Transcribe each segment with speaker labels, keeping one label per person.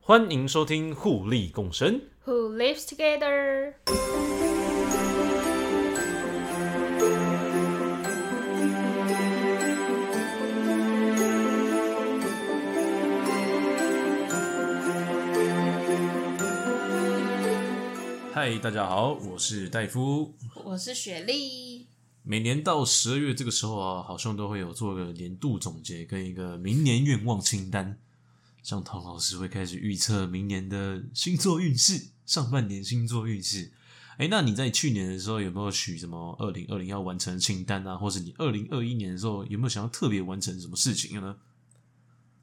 Speaker 1: 欢迎收听互利共生。
Speaker 2: Who lives together？
Speaker 1: 嗨，大家好，我是戴夫。
Speaker 2: 我是雪莉。
Speaker 1: 每年到十二月这个时候啊，好像都会有做个年度总结跟一个明年愿望清单。像唐老师会开始预测明年的星座运势，上半年星座运势。哎，那你在去年的时候有没有许什么二零二零要完成的清单啊？或是你二零二一年的时候有没有想要特别完成什么事情呢？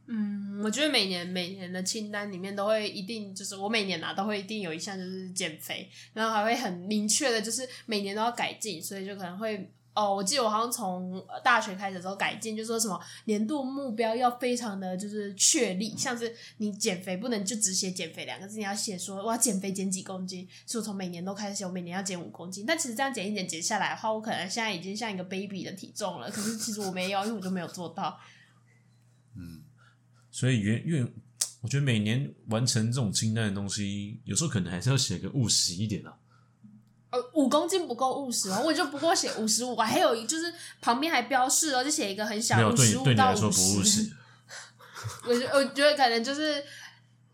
Speaker 2: 嗯，我觉得每年每年的清单里面都会一定，就是我每年啊都会一定有一项就是减肥，然后还会很明确的，就是每年都要改进，所以就可能会。哦，我记得我好像从呃大学开始的时候改进，就说什么年度目标要非常的就是确立，像是你减肥不能就只写减肥两个字，你要写说我要减肥减几公斤，所以我从每年都开始写，我每年要减五公斤。但其实这样减一减减下来的话，我可能现在已经像一个 baby 的体重了，可是其实我没有，因为我就没有做到。
Speaker 1: 所以原愿，我觉得每年完成这种清单的东西，有时候可能还是要写个务实一点啊。
Speaker 2: 呃，五公斤不够务实哦，我就不够写五十五，还有一就是旁边还标示哦，就写一个很
Speaker 1: 没
Speaker 2: 小
Speaker 1: 有
Speaker 2: 五
Speaker 1: 对
Speaker 2: 十
Speaker 1: 你
Speaker 2: 五
Speaker 1: 对你
Speaker 2: 到
Speaker 1: 来
Speaker 2: 五
Speaker 1: 说
Speaker 2: 十。
Speaker 1: 不务实。
Speaker 2: 我觉我觉得可能就是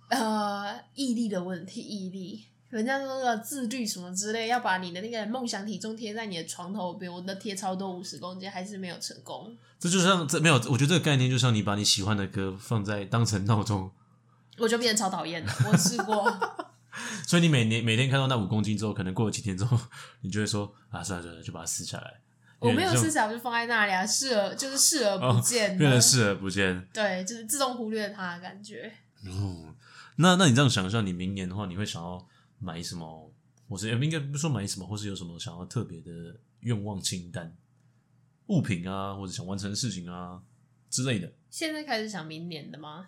Speaker 2: 呃毅力的问题，毅力。人家说那个自律什么之类，要把你的那个梦想体重贴在你的床头边，我都贴超多五十公斤，还是没有成功。
Speaker 1: 这就像这没有，我觉得这个概念就像你把你喜欢的歌放在当成闹钟，
Speaker 2: 我就变得超讨厌了。我试过，
Speaker 1: 所以你每年每天看到那五公斤之后，可能过了几天之后，你就会说啊，算了算了，就把它撕下来。
Speaker 2: 我没有
Speaker 1: 因为
Speaker 2: 思
Speaker 1: 你
Speaker 2: 想就放在那里啊，视而就是视而
Speaker 1: 这样
Speaker 2: 不见
Speaker 1: 哦，
Speaker 2: 的、
Speaker 1: 变得视而不见。
Speaker 2: 对，就是自动忽略它的感觉。
Speaker 1: 哦，那那你这样想一下，你明年的话，你会想要买什么？或是呃应该不是说买什么，或是有什么想要特别的愿望清单、物品啊，或者想完成的事情啊之类的，
Speaker 2: 现在开始想明年的吗？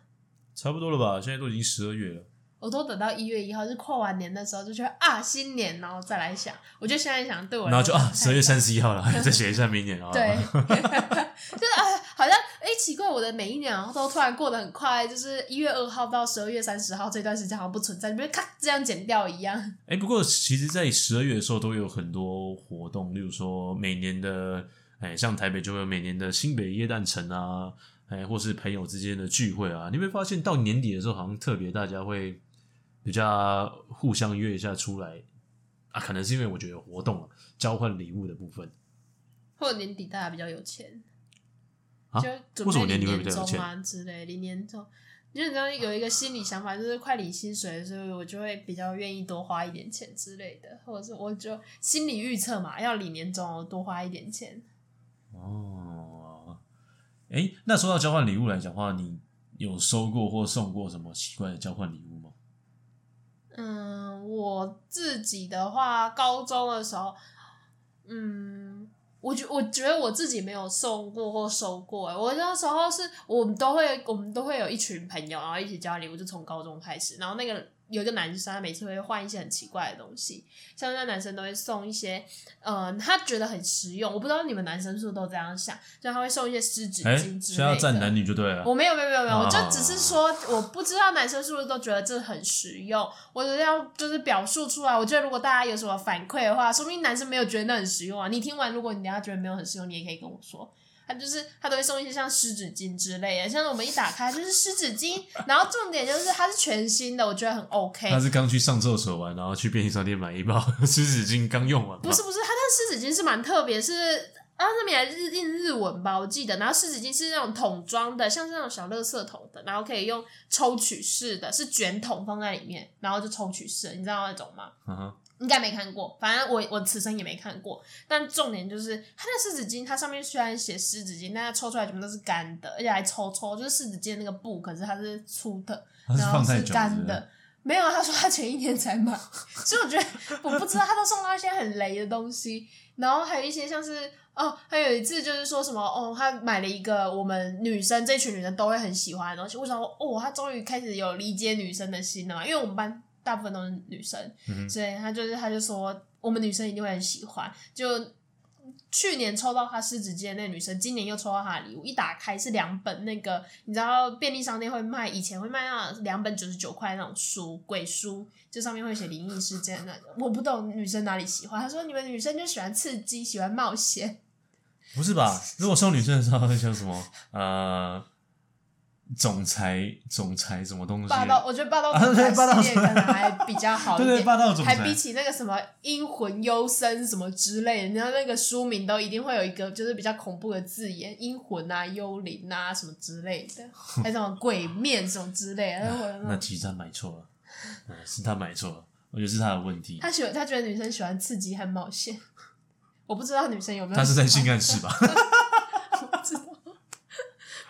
Speaker 1: 差不多了吧？现在都已经十二月了。
Speaker 2: 我都等到一月一号，就是跨完年的时候就觉得啊，新年，然后再来想。我就现在想，对我来
Speaker 1: 然后就
Speaker 2: 说
Speaker 1: 啊，
Speaker 2: 太
Speaker 1: 十二月三十一号了， 再写一下明年啊。
Speaker 2: 对， 就是啊，好像哎、奇怪，我的每一年好像都突然过得很快，就是一月二号到十二月三十号这段时间好像不存在，你们咔这样剪掉一样。
Speaker 1: 哎、不过其实，在十二月的时候都有很多活动，例如说每年的，哎、像台北就会有每年的新北夜诞城啊，哎、或是朋友之间的聚会啊。你会发现到年底的时候，好像特别大家会比较互相约一下出来啊，可能是因为我觉得有活动了、交换礼物的部分。
Speaker 2: 或者年底大家比较有钱，
Speaker 1: 啊
Speaker 2: 就准
Speaker 1: 为什么
Speaker 2: 备
Speaker 1: 年
Speaker 2: 领
Speaker 1: 底会比
Speaker 2: 年
Speaker 1: 较有
Speaker 2: 终啊之类，领年终。因为你知道有一个心理想法，就是快领薪水的时候，我就会比较愿意多花一点钱之类的，或者是我就心理预测嘛，要领年终哦多花一点钱。
Speaker 1: 哦，哎、那说到交换礼物来讲的话，你有收过或送过什么奇怪的交换礼物吗？
Speaker 2: 嗯，我自己的话，高中的时候，嗯，我觉我觉得我自己没有送过或收过、欸。我那时候是我们都会，我们都会有一群朋友，然后一起交换礼物，就从高中开始。然后那个有一个男生，他每次会换一些很奇怪的东西，像那男生都会送一些，嗯，他觉得很实用。我不知道你们男生是不是都这样想，就他会送一些湿纸
Speaker 1: 哎、
Speaker 2: 巾之
Speaker 1: 需要
Speaker 2: 类
Speaker 1: 站
Speaker 2: 的。
Speaker 1: 男女就对了。
Speaker 2: 我没有没有没有没有，
Speaker 1: 啊
Speaker 2: 我就只是说，我不知道男生是不是都觉得这很实用，我只是要就是表述出来。我觉得如果大家有什么反馈的话，说明男生没有觉得那很实用啊。你听完，如果你等一下觉得没有很实用，你也可以跟我说。他就是他都会送一些像湿纸巾之类的，像我们一打开就是湿纸巾，然后重点就是它是全新的，我觉得很 OK。
Speaker 1: 他是刚去上厕所完，然后去便利商店买一包 湿纸巾，刚用完嘛。
Speaker 2: 不是不是，它那湿纸巾是蛮特别，是啊上面还日印日文吧，我记得。然后湿纸巾是那种桶装的，像是那种小垃圾桶的，然后可以用抽取式的，是卷筒放在里面，然后就抽取式的，你知道那种吗？
Speaker 1: 嗯哼，
Speaker 2: 应该没看过，反正我我此生也没看过。但重点就是，它那湿纸巾，它上面虽然写湿纸巾，但它抽出来全部都是干的，而且还抽抽，就是湿纸巾的那个布，可是它是粗的，
Speaker 1: 他是
Speaker 2: 然
Speaker 1: 放
Speaker 2: 后
Speaker 1: 太
Speaker 2: 是
Speaker 1: 久了是
Speaker 2: 干
Speaker 1: 不是。
Speaker 2: 的。没有，他说他前一天才买，所以我觉得我不知道他都送到一些很雷的东西，然后还有一些像是哦，还有一次就是说什么哦，他买了一个我们女生这群女生都会很喜欢的东西，我想说哦，他终于开始有理解女生的心了嘛，因为我们班大部分都是女生，
Speaker 1: 嗯哼
Speaker 2: 所以他就是他就说我们女生一定会很喜欢，就去年抽到她湿纸巾的那女生，今年又抽到她的礼物，一打开是两本那个你知道便利商店会卖，以前会卖那两本九十九块那种书，鬼书，就上面会写灵异事件那，我不懂女生哪里喜欢，她说你们女生就喜欢刺激，喜欢冒险，
Speaker 1: 不是吧？如果送女生的时候会叫什么？呃，总裁，总裁什么东西？
Speaker 2: 霸道，我觉得霸道
Speaker 1: 啊
Speaker 2: 总裁
Speaker 1: 对霸道
Speaker 2: 系列
Speaker 1: 总裁
Speaker 2: 可能还比较好
Speaker 1: 对
Speaker 2: 一
Speaker 1: 对，
Speaker 2: 点。
Speaker 1: 霸道总裁
Speaker 2: 还。比起那个什么阴魂幽深什么之类的，你知道那个书名都一定会有一个就是比较恐怖的字眼，阴魂啊、幽灵啊什么之类 的，还有什么鬼面什么之类的。然后我就
Speaker 1: 啊那其实他买错了，嗯是他买错了，我觉得是他的问题。
Speaker 2: 他喜欢，他觉得女生喜欢刺激和冒险。我不知道女生有没有，
Speaker 1: 他是在性暗示吧？
Speaker 2: 我不知道。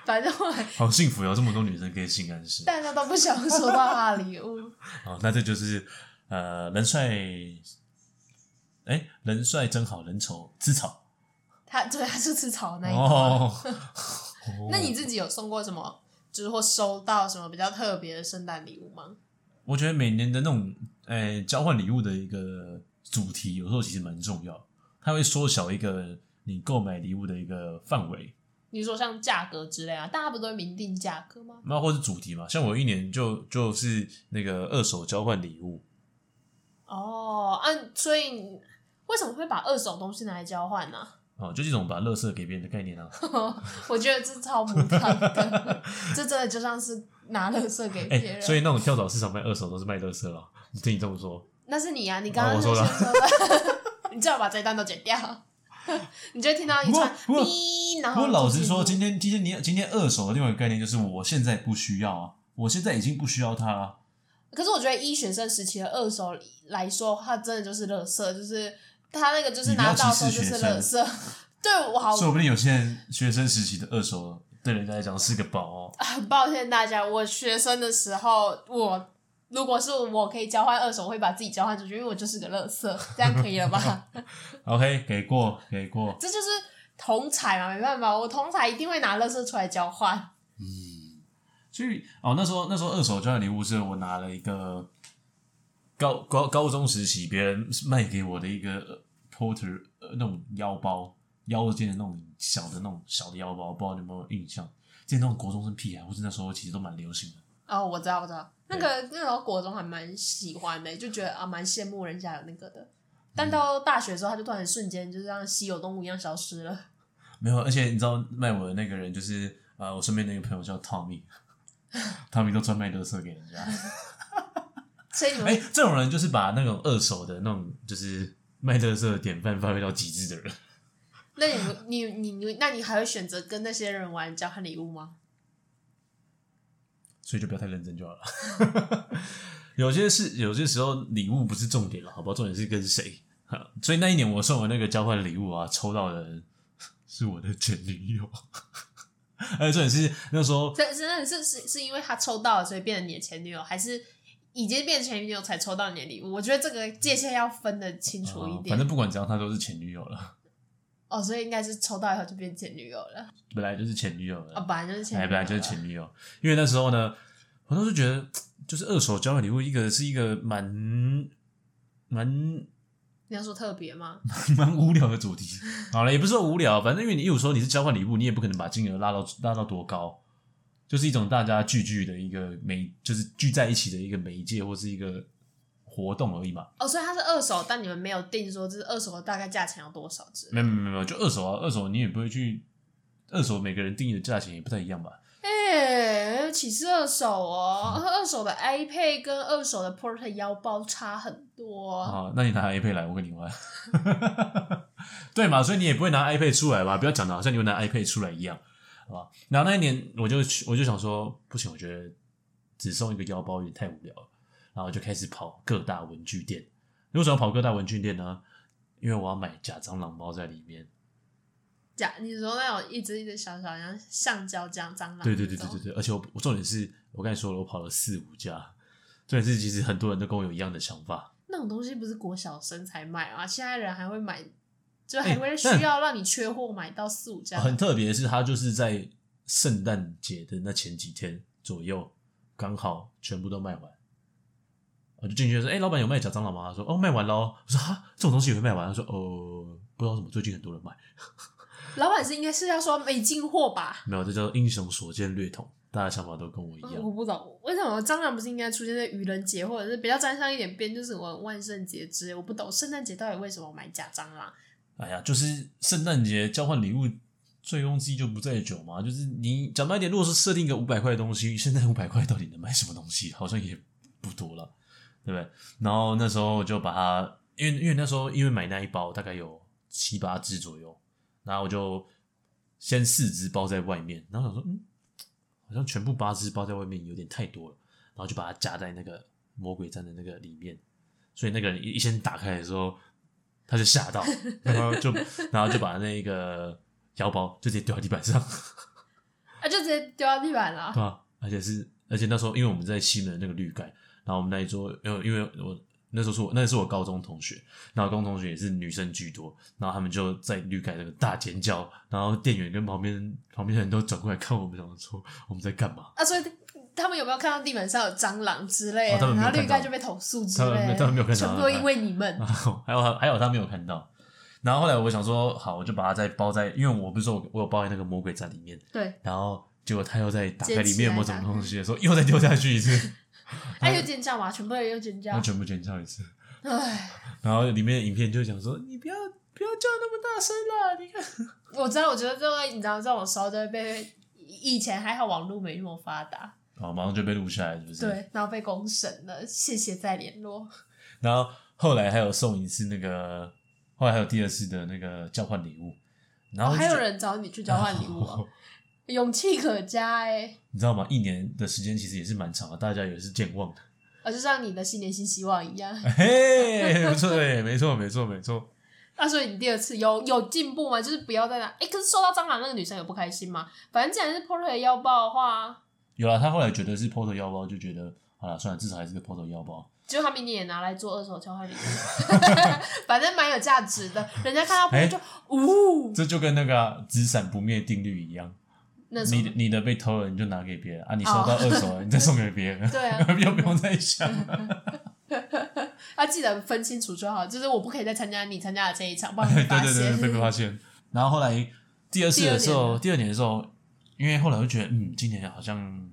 Speaker 2: 反正后来
Speaker 1: 好幸福，哦有这么多女生可以性暗示。
Speaker 2: 大家都不想收到他的礼物。
Speaker 1: 好，那这就是呃，人帅，哎、人帅真好人丑吃草
Speaker 2: 他对，他是吃草的那一款。
Speaker 1: 哦。
Speaker 2: 那你自己有送过什么，就是或收到什么比较特别的圣诞礼物吗？
Speaker 1: 我觉得每年的那种呃交换礼物的一个主题，有时候其实蛮重要，它会缩小一个你购买礼物的一个范围，
Speaker 2: 你说像价格之类啊，大家不都会明定价格吗？
Speaker 1: 那或是主题嘛。像我一年就就是那个二手交换礼物，
Speaker 2: 哦，啊，所以你为什么会把二手东西拿来交换呢、
Speaker 1: 哦，就是一种把乐色给别人的概念啊。
Speaker 2: 我觉得这超母汤的，这真的就像是拿垃圾给
Speaker 1: 哎、
Speaker 2: 别人。
Speaker 1: 所以那种跳蚤市场卖二手都是卖乐色了。听你这么说，
Speaker 2: 那是你啊，你刚刚
Speaker 1: 哦我
Speaker 2: 是
Speaker 1: 说
Speaker 2: 先
Speaker 1: 了
Speaker 2: 说的， 你最好把这一段都剪掉，你就会听到一串
Speaker 1: 不过不过
Speaker 2: 哔，然
Speaker 1: 不
Speaker 2: 后
Speaker 1: 过老实说，
Speaker 2: 就进
Speaker 1: 今天
Speaker 2: 入
Speaker 1: 今天你今天二手的另外一个概念就是，我现在不需要啊，我现在已经不需要它啊了。
Speaker 2: 可是我觉得一学生时期的二手来说，它真的就是垃圾，就是它那个就是
Speaker 1: 你不要
Speaker 2: 拿到手
Speaker 1: 歧
Speaker 2: 就
Speaker 1: 视
Speaker 2: 是
Speaker 1: 学
Speaker 2: 垃
Speaker 1: 生
Speaker 2: 圾。 对我好
Speaker 1: 说不定有些人学生时期的二手对人家来讲是个宝哦。
Speaker 2: 很抱歉大家，我学生的时候，我如果是我可以交换二手，我会把自己交换出去，因为我就是个垃圾，这样可以了 吧？
Speaker 1: OK，给过给过，
Speaker 2: 这就是同彩嘛，没办法，我同彩一定会拿垃圾出来交换。
Speaker 1: 嗯所以哦，那时候那时候二手交换礼物是我拿了一个高高高中时期别人卖给我的一个呃 porter 呃那种腰包，腰间的那种小的那种小的腰包，不知道你有没有印象？就那种国中生屁孩，或是那时候其实都蛮流行的。
Speaker 2: 哦，我知道，我知道，那个那时候国中还蛮喜欢的，就觉得啊蛮羡慕人家有那个的。但到大学之后，他就突然瞬间就是像稀有动物一样消失了。
Speaker 1: 没有，而且你知道卖我的那个人就是呃，我身边的一个朋友叫 Tommy，Tommy 都专卖乐色给人家。
Speaker 2: 所以你们、
Speaker 1: 哎、这种人就是把那种二手的那种就是卖乐色的典范发挥到极致的人。
Speaker 2: 那你你你你，那你还会选择跟那些人玩交换礼物吗？
Speaker 1: 所以就不要太认真就好了。 有些事，有些时候礼物不是重点了，好不好？重点是跟谁。 好所以那一年我送我那个交换礼物啊，抽到的人是我的前女友。 而且重点是那时候
Speaker 2: 真真的是是是因为他抽到了，所以变成你的前女友，还是已经变成前女友才抽到你的礼物？我觉得这个界限要分得清楚一
Speaker 1: 呃
Speaker 2: 点。
Speaker 1: 反正不管怎样，她都是前女友了，
Speaker 2: 哦，所以应该是抽到以后就变前女友了。
Speaker 1: 本来就是前女友了。
Speaker 2: 哦，本来就是前女
Speaker 1: 哎，
Speaker 2: 友，
Speaker 1: 本来就是。前女友。因为那时候呢，我当时觉得，就是二手交换礼物，一个是一个蛮蛮
Speaker 2: 你要说特别吗？
Speaker 1: 蛮无聊的主题。好了，也不是说无聊，反正因为你有时候你是交换礼物，你也不可能把金额拉到拉到多高，就是一种大家聚聚的一个媒，就是聚在一起的一个媒介或是一个活动而已嘛。
Speaker 2: 哦，所以它是二手，但你们没有定说这是二手的大概价钱要多少之类的。
Speaker 1: 没有没有没有，就二手啊，二手你也不会去，二手每个人定义的价钱也不太一样吧。
Speaker 2: 哎、其实二手哦，二手的 iPad 跟二手的 Porter 腰包差很多。
Speaker 1: 啊，那你拿 iPad 来，我跟你玩。 对嘛，所以你也不会拿 iPad 出来吧？不要讲的好像你会拿 iPad 出来一样，好吧？然后那一年我就去，我就想说，不行，我觉得只送一个腰包有点太无聊了，然后就开始跑各大文具店。为什么要跑各大文具店呢？因为我要买假蟑螂包在里面。
Speaker 2: 假，你说那种一只一只小小像橡胶这样蟑螂那
Speaker 1: 对
Speaker 2: 种，
Speaker 1: 对对对对对，而且我我重点是我刚才说了，我跑了四五家，重点是其实很多人都跟我有一样的想法。
Speaker 2: 那种东西不是国小生才买啊，现在人还会买，就
Speaker 1: 哎
Speaker 2: 还会需
Speaker 1: 那
Speaker 2: 要让你缺货买到四五家。
Speaker 1: 哦很特别的是，它就是在圣诞节的那前几天左右，刚好全部都卖完。我就进去说，哎、老板有卖假蟑螂吗？他说哦，卖完了哦。我说哈，这种东西也会卖完？他说哦，不知道为什么，最近很多人买。
Speaker 2: 老板是应该是要说没进货吧？
Speaker 1: 没有，这叫英雄所见略同，大家想法都跟我一样。
Speaker 2: 我不懂为什么蟑螂不是应该出现在愚人节，或者是比较沾上一点边，就是我万圣节之类。我不懂圣诞节到底为什么买假蟑螂？
Speaker 1: 哎呀，就是圣诞节交换礼物醉翁之意就不在酒嘛。就是你讲白一点，如果是设定个五百块的东西，现在五百块到底能买什么东西？好像也不多了，对不对？然后那时候我就把它，因为因为那时候因为买那一包大概有七八只左右，然后我就先四只包在外面，然后想说，嗯，好像全部八只包在外面有点太多了，然后就把它夹在那个魔鬼站的那个里面。所以那个人一一先打开的时候，他就吓到，然后就然后就把那个腰包就直接丢在地板上，
Speaker 2: 啊，就直接丢到地板了
Speaker 1: 对。吧、而且是而且那时候因为我们在西门的那个绿盖，然后我们那一桌，因为因为我那时候是我那是我高中同学，然后高中同学也是女生居多，然后他们就在绿盖那个大尖叫，然后店员跟旁边旁边的人都转过来看我们，想说我们在干嘛。
Speaker 2: 啊，所以他们有没有看到地板上有蟑螂之类
Speaker 1: 哦
Speaker 2: 的？
Speaker 1: 他们没
Speaker 2: 然
Speaker 1: 有
Speaker 2: 后
Speaker 1: 看到
Speaker 2: 绿盖就被投诉之类
Speaker 1: 他们没
Speaker 2: 的，
Speaker 1: 有他们没有看到啊
Speaker 2: 全部都因为你们
Speaker 1: 然。后还有还有他没有看到，然后后来我想说好，我就把它再包在，因为我不是说我我有包在那个魔鬼站里面，
Speaker 2: 对，
Speaker 1: 然后结果他又在打
Speaker 2: 捡
Speaker 1: 开里面
Speaker 2: 起来
Speaker 1: 有某种
Speaker 2: 打开
Speaker 1: 东西的时候，又再丢下去一 次，
Speaker 2: 哎、有尖叫吗？全部人有尖
Speaker 1: 然
Speaker 2: 叫
Speaker 1: 后。啊全部尖叫一次。
Speaker 2: 哎，
Speaker 1: 然后里面的影片就讲说：“你不要不要叫那么大声啦，你看。
Speaker 2: 我知道，我觉得这个你知道，这种时候就会被以前还好网络没那么发达，”
Speaker 1: 哦，马上就被录下来，是不是？。
Speaker 2: 对，然后被公审了，谢谢再联络。
Speaker 1: 然后后来还有送一次那个，后来还有第二次的那个交换礼物，然
Speaker 2: 哦，
Speaker 1: 后就
Speaker 2: 还
Speaker 1: 觉得、
Speaker 2: 有人找你去交换礼物、哦，勇气可嘉哎、
Speaker 1: 你知道吗？一年的时间其实也是蛮长的，大家也是健忘的。
Speaker 2: 啊，就像你的新年新希望一样。
Speaker 1: 嘿，不错，哎，没错，没错，没错。
Speaker 2: 那、啊所以你第二次有有进步吗？就是不要再拿。哎、可是收到蟑螂那个女生有不开心吗？反正既然是 Porter 的腰包的话，
Speaker 1: 有了，他后来觉得是 Porto 腰包，就觉得好了，算了，至少还是个 Porto 腰包。
Speaker 2: 就他明年也拿来做二手交换礼物， 反正蛮有价值的。人家看到 Porter 就
Speaker 1: 哎
Speaker 2: 呜、
Speaker 1: 这就跟那个啊纸伞不灭定律一样，
Speaker 2: 那什
Speaker 1: 你
Speaker 2: 么
Speaker 1: 的？你的被偷了你就拿给别人啊，你收到二手 了你再送给别人，
Speaker 2: 对啊，
Speaker 1: 又不用再想了。
Speaker 2: 啊，记得分清楚就好。就是我不可以再参加你参加的这 一场，不然
Speaker 1: 对
Speaker 2: 会
Speaker 1: 对
Speaker 2: 嗯发现。
Speaker 1: 对对，被发现。然后后来第二次的时候，第二年的时候，因为后来我就觉得，嗯，今年好像，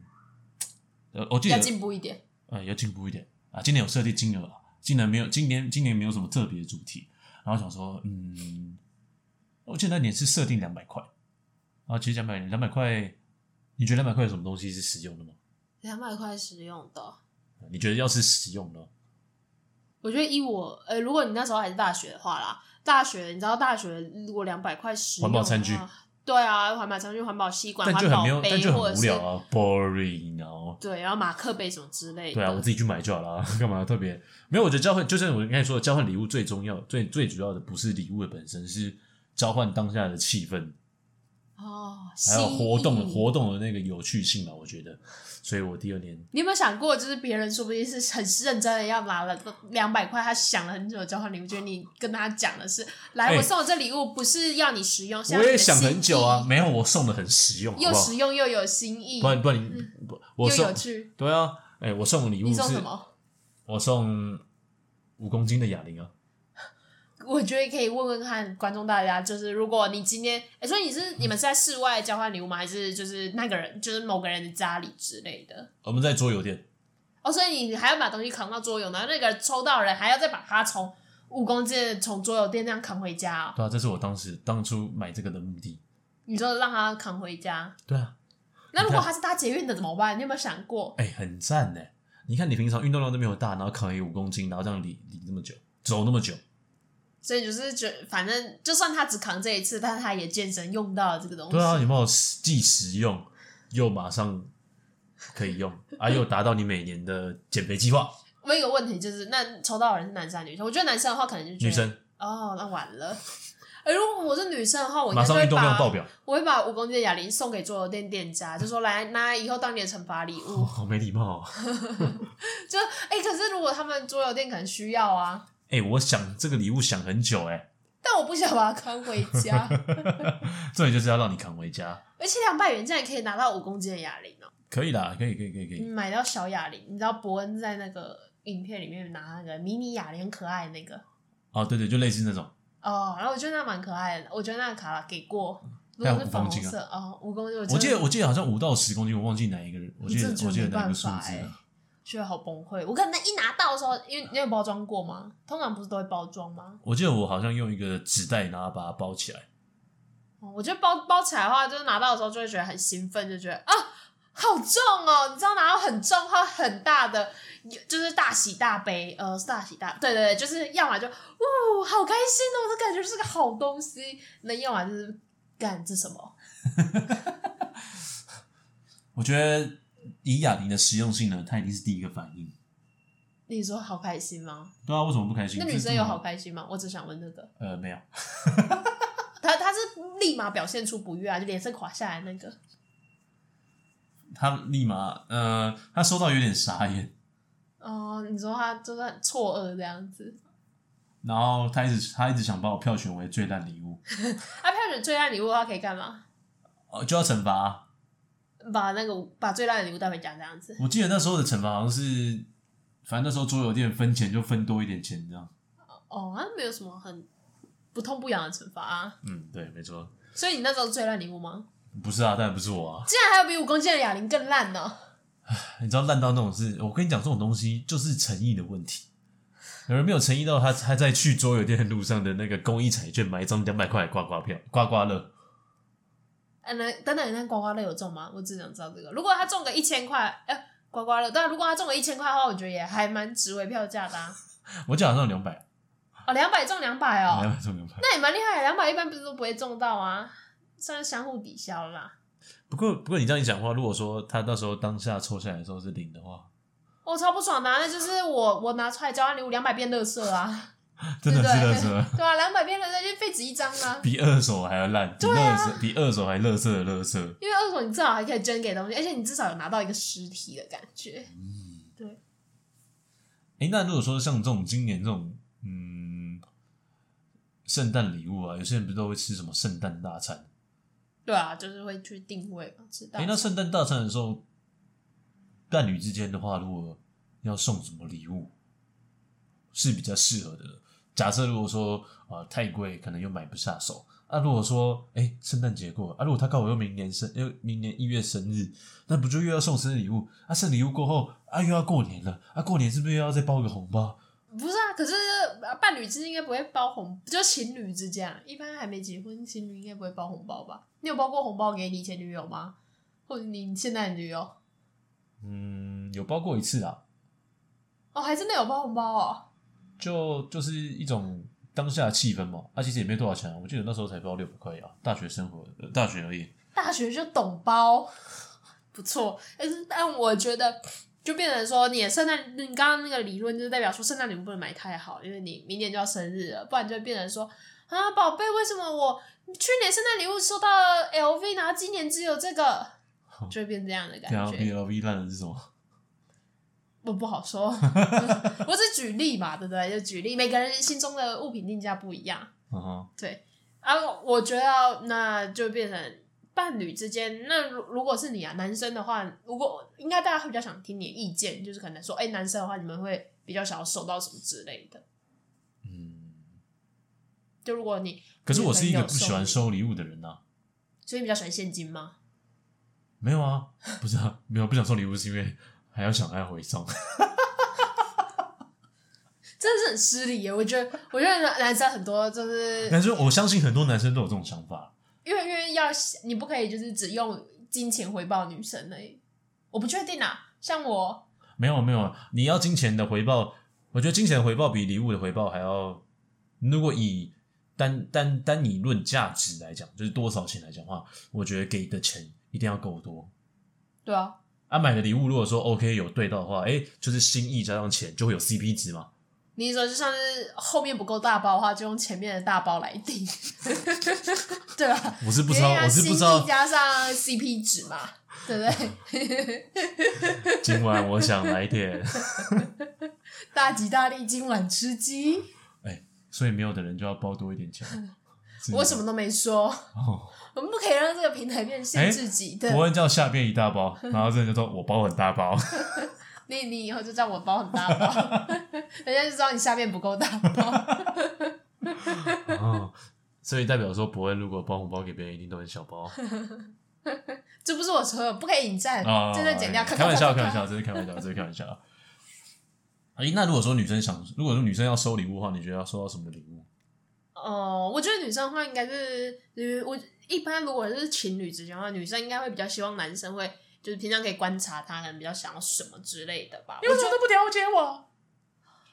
Speaker 1: 呃，我记
Speaker 2: 要
Speaker 1: 得
Speaker 2: 进步一点。
Speaker 1: 呃要进步一点啊，今年有设定金额啊，今年没有，今年今年没有什么特别的主题，然后想说，嗯，我记得那年是设定两百块，啊，其实两百两百块，你觉得两百块有什么东西是实用的吗？
Speaker 2: 两百块实用的，
Speaker 1: 你觉得要是实用呢？
Speaker 2: 我觉得以我呃，如果你那时候还是大学的话啦，大学你知道大学如果两百块实用的
Speaker 1: 环保餐具
Speaker 2: 话，对啊，环保餐具、环保吸管、
Speaker 1: 但就很
Speaker 2: 环保
Speaker 1: 没有，但
Speaker 2: 杯
Speaker 1: 就
Speaker 2: 或
Speaker 1: 很
Speaker 2: 者
Speaker 1: 无
Speaker 2: 是
Speaker 1: 聊啊，boring，然后
Speaker 2: 对，然后马克杯什么之类的。
Speaker 1: 对啊，我自己去买就好了啊， 干嘛特别？没有，我觉得交换，就像我刚才说的，交换礼物最重要、最最主要的不是礼物的本身，是交换当下的气氛，
Speaker 2: 哦，
Speaker 1: 还有
Speaker 2: 心
Speaker 1: 活动
Speaker 2: 意
Speaker 1: 活动的那个有趣性吧。我觉得，所以我第二年
Speaker 2: 你有没有想过，就是别人说不定是很认真的要拿了两百块，他想了很久的交换礼物，就是你跟他讲的是，来，
Speaker 1: 哎
Speaker 2: 我送我这礼物不是要你实用，是要
Speaker 1: 我
Speaker 2: 你
Speaker 1: 也
Speaker 2: 的
Speaker 1: 想
Speaker 2: 心
Speaker 1: 很久啊，
Speaker 2: 意，
Speaker 1: 没有，我送的很实用，好
Speaker 2: 又
Speaker 1: 不好
Speaker 2: 实？用又有新意，
Speaker 1: 不然不然你不我
Speaker 2: 又有
Speaker 1: 送
Speaker 2: 趣。
Speaker 1: 对啊，哎，我送礼物
Speaker 2: 你送
Speaker 1: 是
Speaker 2: 什，么？
Speaker 1: 我送五公斤的哑铃啊，
Speaker 2: 我觉得可以问问看观众大家，就是如果你今天，哎，所以你是你们是在室外交换礼物吗？还是就是那个人，就是某个人的家里之类的？
Speaker 1: 我们在桌游店。
Speaker 2: 哦，所以你还要把东西扛到桌游，然后那个抽到的人还要再把它从五公斤的从桌游店那样扛回家、哦。
Speaker 1: 对啊，这是我当时当初买这个的目的。
Speaker 2: 你说让他扛回家，
Speaker 1: 对啊，
Speaker 2: 那如果他是搭捷运的怎么办？你有没有想过？
Speaker 1: 哎、很赞呢。你看你平常运动量都没有大，然后扛一个五公斤，然后这样理理这么久，走那么久，
Speaker 2: 所以就是觉得，反正就算他只扛这一次，但是他也健身用到了这个东西。
Speaker 1: 对啊，有没有实既实用又马上可以用啊？又达到你每年的减肥计划？
Speaker 2: 我有一个问题就是，那抽到的人是男生还是女生？我觉得男生的话可能就觉得
Speaker 1: 女生
Speaker 2: 哦，那完了。而如果我是女生的话，我应
Speaker 1: 马
Speaker 2: 该就
Speaker 1: 上
Speaker 2: 会
Speaker 1: 运动量
Speaker 2: 把
Speaker 1: 爆表，
Speaker 2: 我会把五公斤的哑铃送给桌游店店家，就说来拿以后当你的惩罚礼
Speaker 1: 哦，
Speaker 2: 物。
Speaker 1: 好没礼貌、哦。
Speaker 2: 就哎、可是如果他们桌游店可能需要啊，
Speaker 1: 哎、我想这个礼物想很久、哎，
Speaker 2: 但我不想把它扛回家，
Speaker 1: 重点就是要让你扛回家，
Speaker 2: 而且两百元竟然可以拿到五公斤的哑铃哦、嗯
Speaker 1: 可以啦，可以，可以，可以，可以。
Speaker 2: 买到小哑铃，你知道伯恩在那个影片里面拿那个迷你哑铃可爱的那个
Speaker 1: 哦，对对，就类似那种，
Speaker 2: 哦，然后我觉得那蛮可爱的，我觉得那个卡拉给过，如
Speaker 1: 大概
Speaker 2: 果
Speaker 1: 嗯五
Speaker 2: 是粉
Speaker 1: 公
Speaker 2: 红
Speaker 1: 斤啊
Speaker 2: 色哦，五公斤，
Speaker 1: 我记
Speaker 2: 真
Speaker 1: 得
Speaker 2: 的
Speaker 1: 我记得好像五到十公斤，我忘记哪一个人，我记得
Speaker 2: 真的
Speaker 1: 我记
Speaker 2: 觉
Speaker 1: 得
Speaker 2: 得没
Speaker 1: 哪一个
Speaker 2: 办
Speaker 1: 数
Speaker 2: 法
Speaker 1: 字啊
Speaker 2: 哎
Speaker 1: 了。，
Speaker 2: 觉得好崩溃。我可能一拿到的时候，因为你有包装过吗？通常不是都会包装吗？
Speaker 1: 我记得我好像用一个纸袋，然后把它包起来。
Speaker 2: 哦我觉得包包起来的话，就是拿到的时候就会觉得很兴奋，就觉得啊。好重哦！你知道拿到很重，还有很大的，就是大喜大悲，呃，是大喜大，对对对，就是要么就，呜，好开心哦，这感觉是个好东西。那要么就是，干这什么？
Speaker 1: 我觉得以哑铃的实用性呢，它一定是第一个反应。
Speaker 2: 你说好开心吗？
Speaker 1: 对啊，为什么不开心？
Speaker 2: 那
Speaker 1: 这
Speaker 2: 女
Speaker 1: 这
Speaker 2: 生
Speaker 1: 么
Speaker 2: 有好开心吗？我只想问这个。
Speaker 1: 呃没有，
Speaker 2: 她她是立马表现出不悦啊，就脸色垮下来那个。
Speaker 1: 他立马呃，他收到有点傻眼，
Speaker 2: 哦，你说她就是很错愕这样子。
Speaker 1: 然后他一直他一直想把我票选为最烂礼物，
Speaker 2: 啊，票选最烂礼物的话可以干嘛？
Speaker 1: 哦就要惩罚啊、
Speaker 2: 把那个把最烂的礼物带回家这样子。
Speaker 1: 我记得那时候的惩罚好像是，反正那时候桌游店分钱就分多一点钱这样。
Speaker 2: 哦，那没有什么很不痛不痒的惩罚啊。
Speaker 1: 嗯，对，没错。
Speaker 2: 所以你那时候是最烂礼物吗？
Speaker 1: 不是啊，当然不是我啊。
Speaker 2: 竟然还有比五公斤的哑铃更烂哦呢、
Speaker 1: 你知道烂到那种事，我跟你讲，这种东西就是诚意的问题。有人没有诚意到他，他在去桌游店的路上的那个公益彩券买一张两百块的刮刮票，刮刮乐。
Speaker 2: 嗯，那等等，那刮刮乐有中吗？我只想知道这个。如果他中个一千块，哎、刮刮乐，但如果他中个一千块的话，我觉得也还蛮值回票价的、啊。
Speaker 1: 我讲上两百，
Speaker 2: 哦，两百中两百哦，
Speaker 1: 两百中两百。
Speaker 2: 那也蛮厉害的，两百一般不是都不会中到啊，算是相互抵消啦。
Speaker 1: 不过，不过你这样一讲话，如果说他到时候当下抽下来的时候是零的话，
Speaker 2: 我、超不爽的啊、那就是我我拿出来交换礼物，两百变乐色啊，
Speaker 1: 真的是
Speaker 2: 对
Speaker 1: 乐
Speaker 2: 对
Speaker 1: 色，
Speaker 2: 对啊，两百变乐色就废纸一张啊。
Speaker 1: 比二手还要烂，比
Speaker 2: 对
Speaker 1: 二
Speaker 2: 啊
Speaker 1: 手、比二手还乐色的乐色。
Speaker 2: 因为二手你至少还可以捐给东西，而且你至少有拿到一个实体的感觉。
Speaker 1: 诶，那如果说像这种今年这种，嗯，圣诞礼物啊，有些人不是都会吃什么圣诞大餐？
Speaker 2: 对啊，就是会去定位嘛，知道
Speaker 1: 诶，。那圣诞大餐的时候，伴侣之间的话，如果要送什么礼物是比较适合的呢？假设如果说呃太贵，可能又买不下手。那、如果说诶，圣诞节过了，啊，如果他刚好又明年生，又明年一月生日，那不就又要送生日礼物？啊，生日礼物过后，啊又要过年了，啊过年是不是又要再包个红包？
Speaker 2: 不是啊，可是呃伴侣之间应该不会包红，就情侣之间、啊，一般还没结婚，情侣应该不会包红包吧？你有包过红包给你前女友吗？或者你现在的女友？
Speaker 1: 嗯，有包过一次啊，
Speaker 2: 哦，还真的有包红包哦。
Speaker 1: 就就是一种当下的气氛嘛。啊，其实也没多少钱、啊，我记得那时候才包六百块啊，大学生活、呃大学而已。
Speaker 2: 大学就懂包， 不错。但是，但我觉得就变成说，你的圣诞，你刚刚那个理论就是代表说，圣诞礼物不能买太好，因为你明年就要生日了，不然就会变成说，啊，宝贝，为什么我去年圣诞礼物收到了 LV，然后今年只有这个，就会变这样的感
Speaker 1: 对啊
Speaker 2: 觉。
Speaker 1: ，BLV 烂的是什么？
Speaker 2: 我不好说，我只举例嘛，对不对？就举例，每个人心中的物品定价不一样。
Speaker 1: 嗯哼，
Speaker 2: 啊，我觉得那就变成伴侣之间。那如如果是你啊，男生的话，如果应该大家会比较想听你的意见，就是可能说，哎、男生的话，你们会比较想要收到什么之类的。
Speaker 1: 嗯。
Speaker 2: 就如果你，
Speaker 1: 可是我是一个不喜欢收礼物的人呐、啊。
Speaker 2: 所以你比较喜欢现金吗？
Speaker 1: 没有啊， 不是啊，没有不想收礼物是因为还要想还要回送。
Speaker 2: 呃真的是很失礼耶！我觉得，我觉得男生很多就 是
Speaker 1: 但是我相信很多男生都有这种想法。
Speaker 2: 因为因为要你不可以就是只用金钱回报女生而已。我不确定啊，像我
Speaker 1: 没有啊没有，你要金钱的回报，我觉得金钱的回报比礼物的回报还要。如果以单单单你论价值来讲，就是多少钱来讲的话，我觉得给的钱一定要够多。
Speaker 2: 对啊，
Speaker 1: 啊，买的礼物如果说 OK 有对到的话，哎、就是心意加上钱就会有 CP 值嘛。
Speaker 2: 你一说就像是后面不够大包的话，就用前面的大包来 定， 对吧？
Speaker 1: 我是不知道，我是不知道
Speaker 2: 心意，加上 CP 值嘛，对不对？
Speaker 1: 今晚我想来点，
Speaker 2: 大吉大利，今晚吃鸡。
Speaker 1: 哎、所以没有的人就要包多一点钱。是
Speaker 2: 嗯我什么都没说，
Speaker 1: 哦，
Speaker 2: 我们不可以让这
Speaker 1: 哎
Speaker 2: 个平台变限制级的。
Speaker 1: 伯恩叫下边一大包，然后这人就说我包很大包，
Speaker 2: 你你以后就叫我包很大包， 人家就知道你下面不够大包。
Speaker 1: 哦，所以代表说伯恩如果包红包给别人，一定都很小包。
Speaker 2: 嗯这不是我所有，不可以引战，
Speaker 1: 啊，
Speaker 2: 这段剪掉。咔
Speaker 1: 开玩笑，
Speaker 2: 咔咔
Speaker 1: 开
Speaker 2: 咔
Speaker 1: 玩笑，这是开玩笑，这是开玩笑。哎、那如果说女生想，如果说女生要收礼物的话，你觉得要收到什么礼物？
Speaker 2: 哦，我觉得女生的话应该是，呃我一般如果是情侣之间的话，女生应该会比较希望男生会，就是平常可以观察他，可能比较想要什么之类的吧。我觉得，
Speaker 1: 不了解我？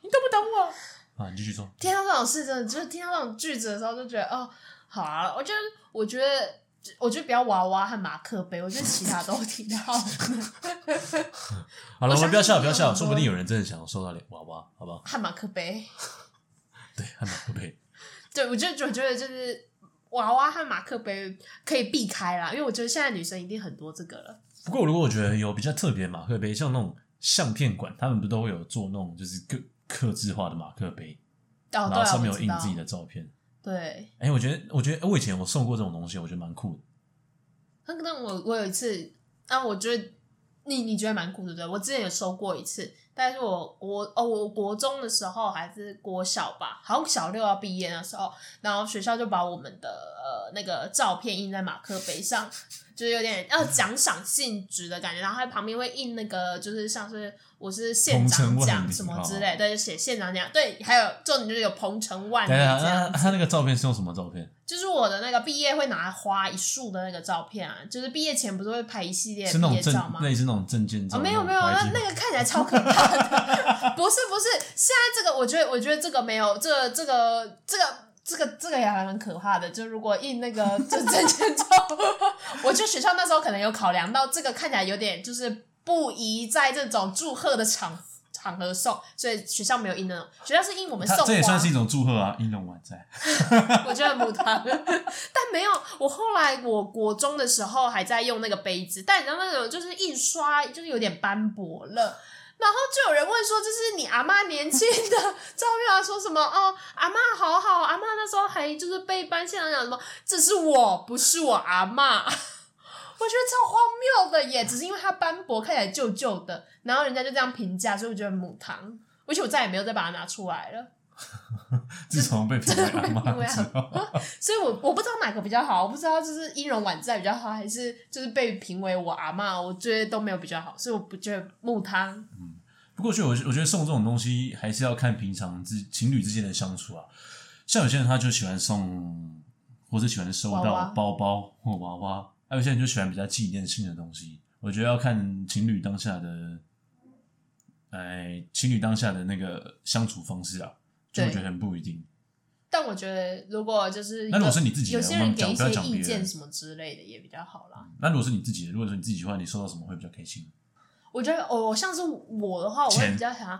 Speaker 1: 你都不懂我啊！你继续说。
Speaker 2: 听到这种事，真的就是听到这种句子的时候，就觉得哦，好啊。我觉得，我觉得，我觉得不要娃娃和马克杯，我觉得其他都挺好的。
Speaker 1: 好了，
Speaker 2: 我
Speaker 1: 我们不要笑，
Speaker 2: 相信
Speaker 1: 不要笑，
Speaker 2: 很多
Speaker 1: 说不定有人真的想要收到娃娃，好不好？
Speaker 2: 和马克杯，
Speaker 1: 对，还蛮可悲。
Speaker 2: 对我觉得，我觉得就是娃娃和马克杯可以避开啦，因为我觉得现在女生一定很多这个了。哦
Speaker 1: 不过，如果我觉得有比较特别的马克杯，像那种相片馆，他们不都会有做那种就是刻刻制化的马克杯，
Speaker 2: 哦，
Speaker 1: 然
Speaker 2: 对
Speaker 1: 后
Speaker 2: 啊，
Speaker 1: 上面
Speaker 2: 我
Speaker 1: 有
Speaker 2: 知
Speaker 1: 印
Speaker 2: 道
Speaker 1: 自己的照片。
Speaker 2: 对。
Speaker 1: 哎、我觉得，我觉得我以前我送过这种东西，我觉得蛮酷的。
Speaker 2: 那那我我有一次，啊，我觉得你你觉得蛮酷的，对不对？我之前有收过一次，但是我我哦，我国中的时候还是国小吧，好像小六要毕业的时候，然后学校就把我们的呃那个照片印在马克杯上，就是有点要奖赏性质的感觉，然后它旁边会印那个就是像是我是县长
Speaker 1: 鹏程万
Speaker 2: 奖
Speaker 1: 里
Speaker 2: 什么之类，对，就写县长奖，对，还有重点就是有鹏程万里
Speaker 1: 等一下，
Speaker 2: 这
Speaker 1: 那
Speaker 2: 样
Speaker 1: 他那个照片是用什么照片？
Speaker 2: 就是我的那个毕业会拿花一束的那个照片啊，就是毕业前不是会拍一系列
Speaker 1: 是
Speaker 2: 的
Speaker 1: 那
Speaker 2: 毕
Speaker 1: 种
Speaker 2: 业
Speaker 1: 证
Speaker 2: 照吗？
Speaker 1: 类似那种证件照、
Speaker 2: 哦，没有
Speaker 1: 种
Speaker 2: 没有，那
Speaker 1: 白纸
Speaker 2: 那个看起来超可怕的，不是不是，现在这个我觉得我觉得这个没有，这个这个这个这个这个也还蛮可怕的，就如果印那个就证件照，我觉得学校那时候可能有考量到这个看起来有点就是不宜在这种祝贺的场场合送，所以学校没有印那种，学校是印我们送
Speaker 1: 他
Speaker 2: 花，
Speaker 1: 这也算是一种祝贺啊，英龙晚 在。
Speaker 2: 我觉得母汤， 但没有。我后来我国中的时候还在用那个杯子，但你知道那种就是印刷就是有点斑驳了。然后就有人问说，这是你阿妈年轻的照片啊？说什么哦，阿妈好好，阿妈那时候还就是被班现长讲什么，这是我，不是我阿妈。 我觉得超荒谬的耶，只是因为它斑驳，看起来旧旧的，然后人家就这样评价，所以我觉得母汤，而且我再也没有再把它拿出来了。
Speaker 1: 自从被评为阿妈
Speaker 2: 对啊
Speaker 1: 之后，
Speaker 2: 所以我我不知道哪个比较好，我不知道就是音容宛在比较好，还是就是被评为我阿嬷，我觉得都没有比较好，所以我不觉得木汤
Speaker 1: 不过，我觉得我觉得送这种东西还是要看平常之情侣之间的相处啊。像有些人他就喜欢送，或者喜欢收
Speaker 2: 娃娃
Speaker 1: 到包包或娃娃，还有些人就喜欢比较纪念性的东西。我觉得要看情侣当下的，哎，情侣当下的那个相处方式啊，就我
Speaker 2: 对
Speaker 1: 觉得很不一定。
Speaker 2: 但我觉得如果就是
Speaker 1: 那如果是你自己的
Speaker 2: 有些
Speaker 1: 我
Speaker 2: 人
Speaker 1: 们
Speaker 2: 给
Speaker 1: 讲
Speaker 2: 一
Speaker 1: 不要
Speaker 2: 些
Speaker 1: 讲别
Speaker 2: 意
Speaker 1: 人
Speaker 2: 见什么之类的也比较好啦。
Speaker 1: 那如果是你自己的，如果是你自己的话，你收到什么会比较开心？
Speaker 2: 我觉得哦，像是我的话，我会
Speaker 1: 钱
Speaker 2: 比较想要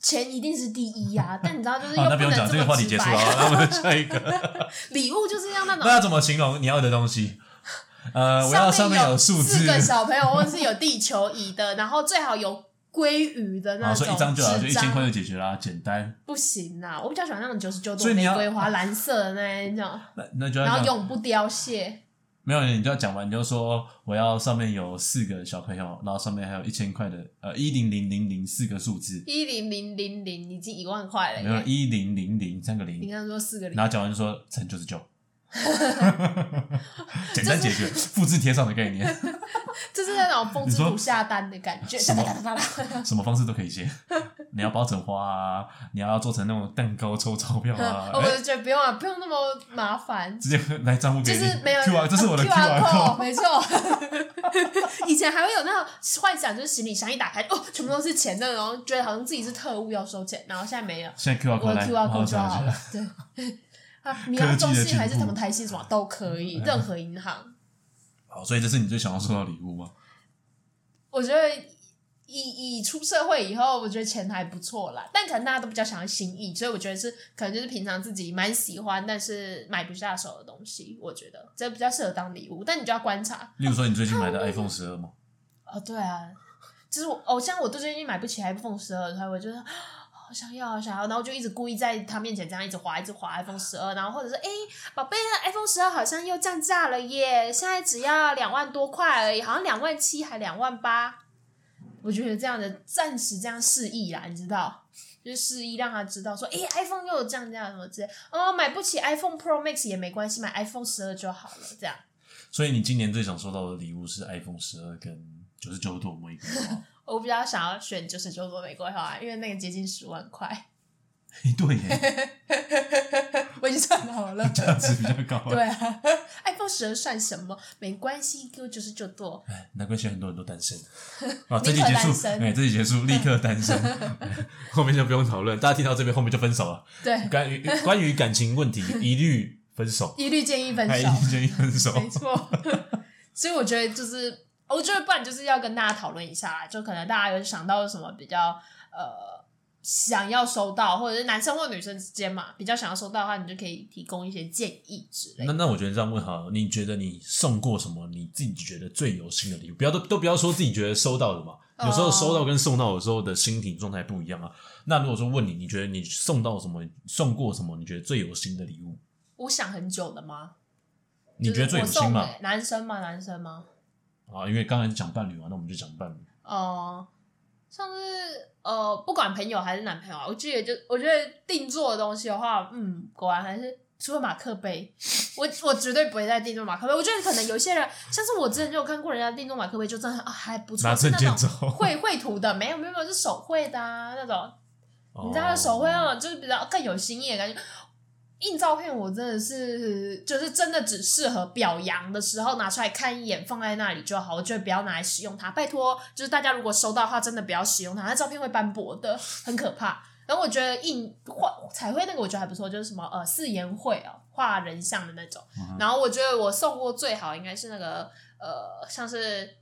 Speaker 2: 钱一定是第一 呀、但你知道就是又
Speaker 1: 啊好，那不
Speaker 2: 能
Speaker 1: 用讲，这个
Speaker 2: 么
Speaker 1: 话题
Speaker 2: 直
Speaker 1: 结束
Speaker 2: 白
Speaker 1: 了。好，那我们下一个。
Speaker 2: 礼物就是要那种
Speaker 1: 那要怎么形容你要的东西？ 呃，我要上面有数字
Speaker 2: 四，个小朋友，或者是有地球仪的，然后最好有鲑鱼的那
Speaker 1: 啊，所
Speaker 2: 种纸
Speaker 1: 以一
Speaker 2: 张，
Speaker 1: 张就好，就一千块就解决啦，简单。
Speaker 2: 不行啦，我比较喜欢那种九十九朵
Speaker 1: 所以你
Speaker 2: 玫
Speaker 1: 要
Speaker 2: 瑰花，蓝色的那一种，
Speaker 1: 那 那就
Speaker 2: 然
Speaker 1: 要讲，
Speaker 2: 后永不凋谢。
Speaker 1: 没有你就要讲完，你就说我要上面有四个小朋友，然后上面还有一千块的，呃，一零零零零四个数字，
Speaker 2: 一零零零零已经一万块了
Speaker 1: 没有
Speaker 2: 耶，
Speaker 1: 一零零零三个
Speaker 2: 你
Speaker 1: 零，
Speaker 2: 刚刚说四个零
Speaker 1: 然，后讲完就说乘九十 九，简单解决，复制贴上的概念，
Speaker 2: 这是那种风之
Speaker 1: 你说
Speaker 2: 谷下单的感觉，
Speaker 1: 什么
Speaker 2: 哒哒哒哒 哒。
Speaker 1: 什么方式都可以写。你要包成花啊，你要做成那种蛋糕抽钞票啊，
Speaker 2: 我
Speaker 1: 哎
Speaker 2: 就觉得不用啊，不用那么麻烦，
Speaker 1: 直接来账户给
Speaker 2: 就
Speaker 1: 你
Speaker 2: 是没有呃
Speaker 1: Q R，这是我的
Speaker 2: Q
Speaker 1: Q R
Speaker 2: code，
Speaker 1: code。
Speaker 2: 没错。以前还会有那种幻想，就是行李箱一打开，哦，全部都是钱的，然后觉得好像自己是特务要收钱，然后现在没有，
Speaker 1: 现在 Q R
Speaker 2: 我
Speaker 1: code
Speaker 2: 的
Speaker 1: 来，
Speaker 2: Q R
Speaker 1: 帮
Speaker 2: code
Speaker 1: 我
Speaker 2: 就
Speaker 1: 扫一
Speaker 2: 好
Speaker 1: 下
Speaker 2: 了。 对， 啊，你要中
Speaker 1: 科技的进步
Speaker 2: 信
Speaker 1: 哎
Speaker 2: 还是什么台系什么都可以，任何银行。
Speaker 1: 好，所以这是你最想要收到的礼物吗？
Speaker 2: 我觉得以以出社会以后，我觉得钱还不错啦，但可能大家都比较想要心意，所以我觉得是可能就是平常自己蛮喜欢，但是买不下手的东西，我觉得这比较适合当礼物，但你就要观察。
Speaker 1: 例如说，你最近买的 iPhone 十二吗？
Speaker 2: 哦，对啊，就是我哦，像我对最近买不起 iPhone 十二，所以我就是啊好想要，好想要，然后我就一直故意在他面前这样一直滑，一直滑 iPhone 十二，然后或者是哎，宝贝那 iPhone 十二好像又降价了耶，现在只要两万多块而已，好像两万七还两万八。我觉得这样的暂时这样示意啦，你知道，就是示意让他知道说，诶 i p h o n e 又有这样这样什么之类，哦，买不起 iPhone Pro Max 也没关系，买 iPhone 十二就好了，这样。
Speaker 1: 所以你今年最想收到的礼物是 iPhone 十二跟九十九朵玫瑰 花。
Speaker 2: 我比较想要选九十九朵玫瑰花，因为那个接近十万块，
Speaker 1: 嘿对耶，
Speaker 2: 我已经算 好了。
Speaker 1: 价值比较高。
Speaker 2: 对啊，iPhone 十二算什么？没关系，给我九十九朵。
Speaker 1: 哎，难怪现在很多人都 单身。啊，这集
Speaker 2: 立刻
Speaker 1: 结束
Speaker 2: 单，身
Speaker 1: 哎，这集结束，立刻单身。 后面就不用讨论，大家听到这边后面就分手了。
Speaker 2: 对，
Speaker 1: 关于关于感情问题，一律分手，
Speaker 2: 一律建议分
Speaker 1: 哎
Speaker 2: 手。
Speaker 1: 一律建议分手。
Speaker 2: 没错。 所以我觉得就是，我觉得不然就是要跟大家讨论一下啦，就可能大家有想到有什么比较呃想要收到，或者是男生或女生之间嘛，比较想要收到的话，你就可以提供一些建议之类
Speaker 1: 那
Speaker 2: 的。
Speaker 1: 那我觉得这样问好了，你觉得你送过什么你自己觉得最有心的礼物？不要都都不要说自己觉得收到的嘛，
Speaker 2: 哦
Speaker 1: 有时候收到跟送到有时候的心情状态不一样啊。那如果说问你，你觉得你送到什么，送过什么你觉得最有心的礼物？
Speaker 2: 我想很久的吗？
Speaker 1: 你觉得最有
Speaker 2: 就是我
Speaker 1: 心
Speaker 2: 送
Speaker 1: 嘛？
Speaker 2: 给男生吗？男生吗？
Speaker 1: 啊，因为刚才讲伴侣嘛，那我们就讲伴侣。
Speaker 2: 哦、像是呃，不管朋友还是男朋友啊，我记得就我觉得定做的东西的话，嗯，果然还是除了马克杯，我我绝对不会再定做马克杯。我觉得可能有一些人，像是我之前就有看过人家定做马克杯，就真的啊还不错，
Speaker 1: 拿
Speaker 2: 是
Speaker 1: 证
Speaker 2: 那
Speaker 1: 件
Speaker 2: 种
Speaker 1: 走，
Speaker 2: 绘绘图的，没有没有没有是手绘的啊那种，
Speaker 1: 哦
Speaker 2: 你知道他的手绘那种就是比较更有新意的感觉。印照片我真的是就是真的只适合表扬的时候拿出来看一眼，放在那里就好，我觉得不要拿来使用它。拜托，就是大家如果收到的话，真的不要使用它，它照片会斑驳的，很可怕。然后我觉得印画彩绘那个我觉得还不错，就是什么呃四言会哦，画人像的那种。
Speaker 1: 嗯
Speaker 2: 然后我觉得我送过最好应该是那个呃，像是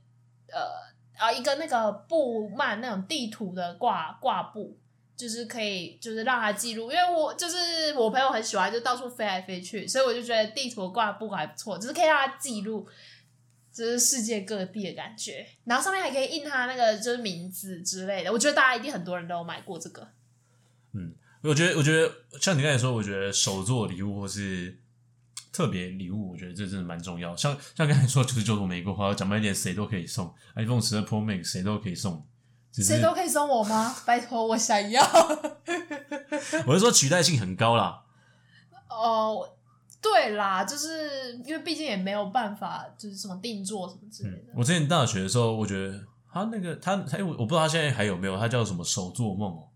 Speaker 2: 呃啊一个那个布幔那种地图的挂挂布，就是可以就是让它记录，因为我就是我朋友很喜欢，就到处飞来飞去，所以我就觉得地图的挂布还不错，就是可以让它记录。就是世界各地的感觉，然后上面还可以印他那个就是名字之类的，我觉得大家一定很多人都有买过这个。
Speaker 1: 我觉得，我觉得像你刚才说，我觉得手做礼物或是特别礼物，我觉得这真的蛮重要。像像刚才说九十九朵玫瑰花，讲白一点，谁都可以送 iPhone 十二 Pro Max，谁都可以送。只是
Speaker 2: 谁都可以送我吗？ 拜托，我想要。
Speaker 1: 我是说取代性很高啦。
Speaker 2: 哦，对啦，就是因为毕竟也没有办法，就是什么定做什么之类
Speaker 1: 嗯
Speaker 2: 的。，
Speaker 1: 我之前大学的时候，我觉得他那个他他，我我不知道他现在还有没有，他叫什么手做梦哦，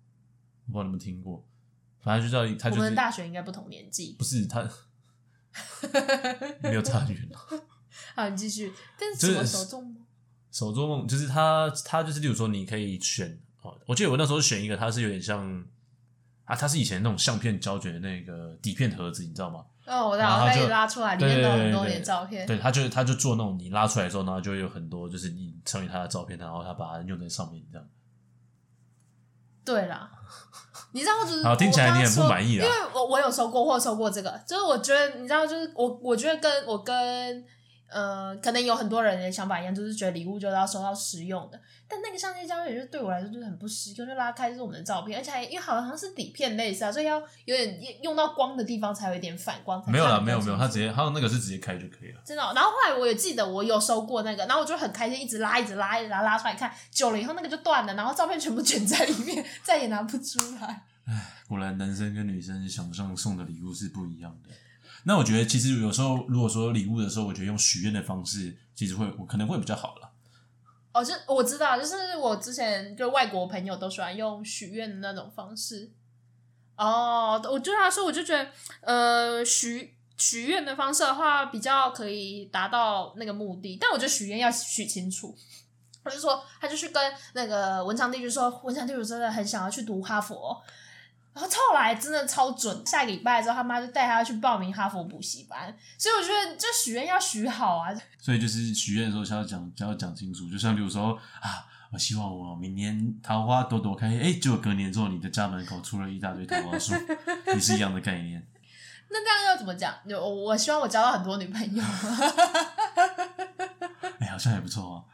Speaker 1: 我不知道你们听过。反正就叫他
Speaker 2: 我
Speaker 1: 就
Speaker 2: 们
Speaker 1: 是
Speaker 2: 大学应该不同年纪
Speaker 1: 不。是他没有差很远啊
Speaker 2: 好，你继续。但
Speaker 1: 就是是
Speaker 2: 什么手重吗？
Speaker 1: 手作梦就是它，它就是，例如说，你可以选哦，我记得我那时候选一个，它是有点像啊，它是以前那种相片胶卷的那个底片盒子，你知道吗？
Speaker 2: 哦，我知
Speaker 1: 然
Speaker 2: 道，
Speaker 1: 后
Speaker 2: 可以
Speaker 1: 就
Speaker 2: 拉出来，里
Speaker 1: 对
Speaker 2: 面都有很
Speaker 1: 对
Speaker 2: 多
Speaker 1: 对
Speaker 2: 你的照片。
Speaker 1: 对，它就它就做那种你拉出来的时候，然后就会有很多就是你成为它的照片，然后它把它用在上面这样。
Speaker 2: 对啦，你知道就是
Speaker 1: 好听起来
Speaker 2: 我刚刚
Speaker 1: 你很不
Speaker 2: 说
Speaker 1: 满意啊啦
Speaker 2: 因为我我有收过或收过这个，就是我觉得你知道，就是我我觉得跟我跟呃，可能有很多人的想法一样，就是觉得礼物就是要收到实用的，但那个相机胶卷就对我来说就是很不实用，就拉开就是我们的照片，而且还因为好像是底片类似啊，所以要有点用到光的地方才有一点反光。才
Speaker 1: 没有
Speaker 2: 看
Speaker 1: 啦，
Speaker 2: 得
Speaker 1: 没有没有，
Speaker 2: 清
Speaker 1: 它
Speaker 2: 楚
Speaker 1: 直接它那个是直接开就可以了。
Speaker 2: 真的哦、然后后来我也记得我有收过那个，然后我就很开心，一直拉，一直拉，一直拉，拉出来看，久了以后那个就断了，然后照片全部卷在里面， 再也拿不出来。
Speaker 1: 果然，男生跟女生想上送的礼物是不一样的。那我觉得，其实有时候如果说礼物的时候，我觉得用许愿的方式，其实会我可能会比较好啦。
Speaker 2: 哦，就我知道，就是我之前就外国朋友都喜欢用许愿的那种方式。哦，我对他说，我就觉得，呃，许许愿的方式的话，比较可以达到那个目的，但我觉得许愿要许清楚。我就说，他就去跟那个文昌帝君说，文昌帝君真的很想要去读哈佛。然后后来真的超准，下个礼拜之后，他妈就带他去报名哈佛补习班。所以我觉得，这许愿要许好啊，
Speaker 1: 所以就是许愿的时候，先要讲，先要讲清楚。就像比如说啊，我希望我明年桃花朵朵开，哎，结果隔年之后，你的家门口出了一大堆桃花树，也是一样的概念。
Speaker 2: 那这样要怎么讲？就我我希望我交到很多女朋友，
Speaker 1: 哎，好像也不错哦，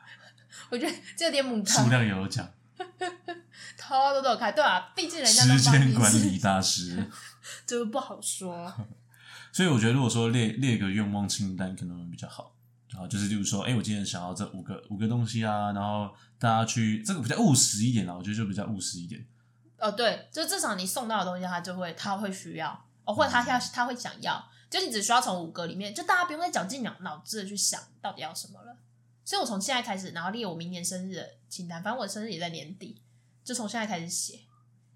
Speaker 2: 我觉得这有点母
Speaker 1: 数
Speaker 2: 汤，
Speaker 1: 量也有讲，
Speaker 2: 桃花朵朵开，对啊，毕 竟人家
Speaker 1: 时
Speaker 2: 都帮
Speaker 1: 间
Speaker 2: 你
Speaker 1: 管理大师。
Speaker 2: 就是不好说。
Speaker 1: 所以我觉得，如果说列列个愿望清单，可能会比较好。然后就是，例如说，哎、我今天想要这五个五个东西啊，然后大家去这个比较务实一点啦，我觉得就比较务实一点。
Speaker 2: 哦，对，就至少你送到的东西，他就会他会需要，哦，或者他要他会想要，就你只需要从五个里面，就大家不用再绞尽脑脑汁的去想到底要什么了。所以我从现在开始，然后列我明年生日的清单，反正我的生日也在年底，就从现在开始写，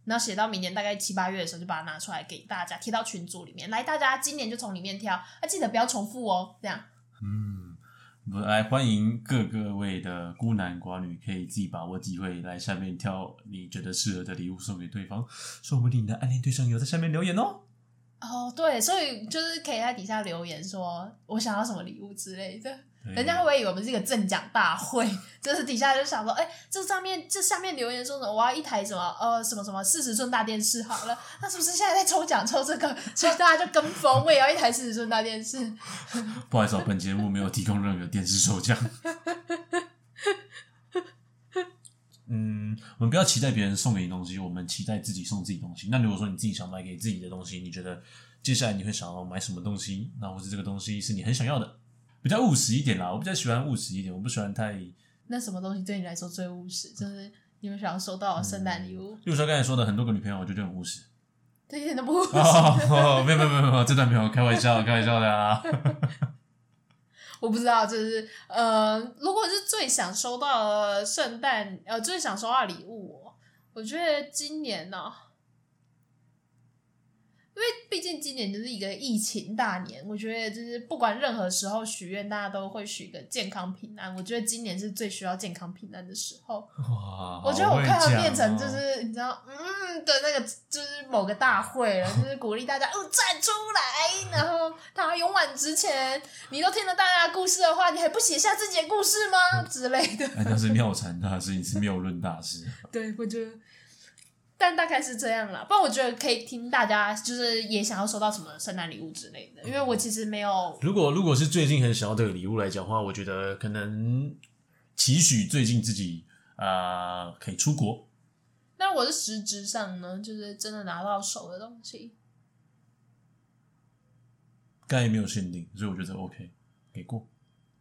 Speaker 2: 然后写到明年大概七八月的时候，就把它拿出来给大家贴到群组里面，来大家今年就从里面挑，啊，记得不要重复哦，这样。
Speaker 1: 嗯，不来欢迎各各位的孤男寡女，可以自己把握机会来下面挑你觉得适合的礼物送给对方，说不定你的暗恋对象有在下面留言哦。
Speaker 2: 哦，对，所以就是可以在底下留言说我想要什么礼物之类的。
Speaker 1: 对
Speaker 2: 人家会不会以为我们是一个正讲大会？ 就是底下就想说，哎、这上面这下面留言说什么，我要一台什么呃什么什么四十寸大电视好了，那是不是现在在抽奖抽这个？所以大家就跟风，我也要一台四十寸大电视。
Speaker 1: 不好意思、哦，本节目没有提供任何电视抽 奖。嗯，我们不要期待别人送给你东西，我们期待自己送自己东西。那如果说你自己想买给自己的东西，你觉得接下来你会想要买什么东西？那或是这个东西是你很想要的，比较务实一点啦。我比较喜欢务实一点，我不喜欢太
Speaker 2: 那什么东西对你来说最务实？就是你们想要收到的哦圣诞礼物，
Speaker 1: 例如说刚才说的很多个女朋友，我就觉得很务实。
Speaker 2: 这一点都不务实。
Speaker 1: 哦，没有没有没有没有，这段没有开玩笑，开玩笑的啊。
Speaker 2: 我不知道，就是呃，如果是最想收到的圣诞呃最想收到的礼物哦，我觉得今年呢、因为毕竟今年就是一个疫情大年，我觉得就是不管任何时候许愿，大家都会许一个健康平安。我觉得今年是最需要健康平安的时候。
Speaker 1: 哇，
Speaker 2: 我觉得我快
Speaker 1: 好哦会
Speaker 2: 要变成就
Speaker 1: 讲哦
Speaker 2: 是你知道，嗯的那个就是某个大会了，就是鼓励大家，嗯，站出来，然后他勇往直前。你都听了大家的故事的话，你还不写下自己的故事吗？之类的。
Speaker 1: 哎，那是妙禅大师，你是妙论大师。
Speaker 2: 对，我觉得，但大概是这样啦。不然我觉得可以听大家就是也想要收到什么圣诞礼物之类的，因为我其实没有
Speaker 1: 如果如果是最近很想要这个礼物来讲的话，我觉得可能期许最近自己啊、呃可以出国，
Speaker 2: 那我是实质上呢，就是真的拿到手的东西。
Speaker 1: 刚才也没有限定，所以我觉得 OK，给过。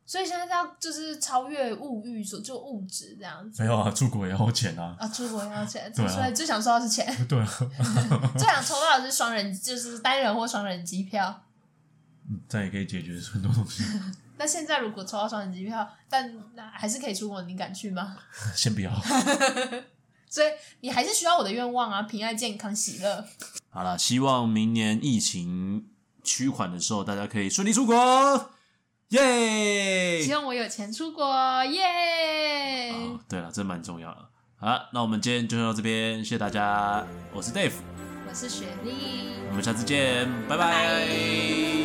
Speaker 2: 所以现在是要就是超越物欲所就物质这样子
Speaker 1: 没有啊，出国也要钱啊。
Speaker 2: 啊，出国要钱，
Speaker 1: 对啊
Speaker 2: 所以最想收到的是钱，
Speaker 1: 对 啊，
Speaker 2: 最想抽到的是双人，就是单人或双人机票。
Speaker 1: 嗯这样也可以解决很多东西。
Speaker 2: 那现在如果抽到双人机票，但那还是可以出国，你敢去吗？
Speaker 1: 先不要。
Speaker 2: 所以你还是需要我的愿望啊，平安、健康、喜乐。
Speaker 1: 好了，希望明年疫情趋缓的时候，大家可以顺利出国，耶！
Speaker 2: 希望我有钱出国，耶、
Speaker 1: 哦，对了，这蛮重要的。好了，那我们今天就到这边，谢谢大家，我是 Dave，
Speaker 2: 我是雪莉。
Speaker 1: 我们下次见，拜拜
Speaker 2: 拜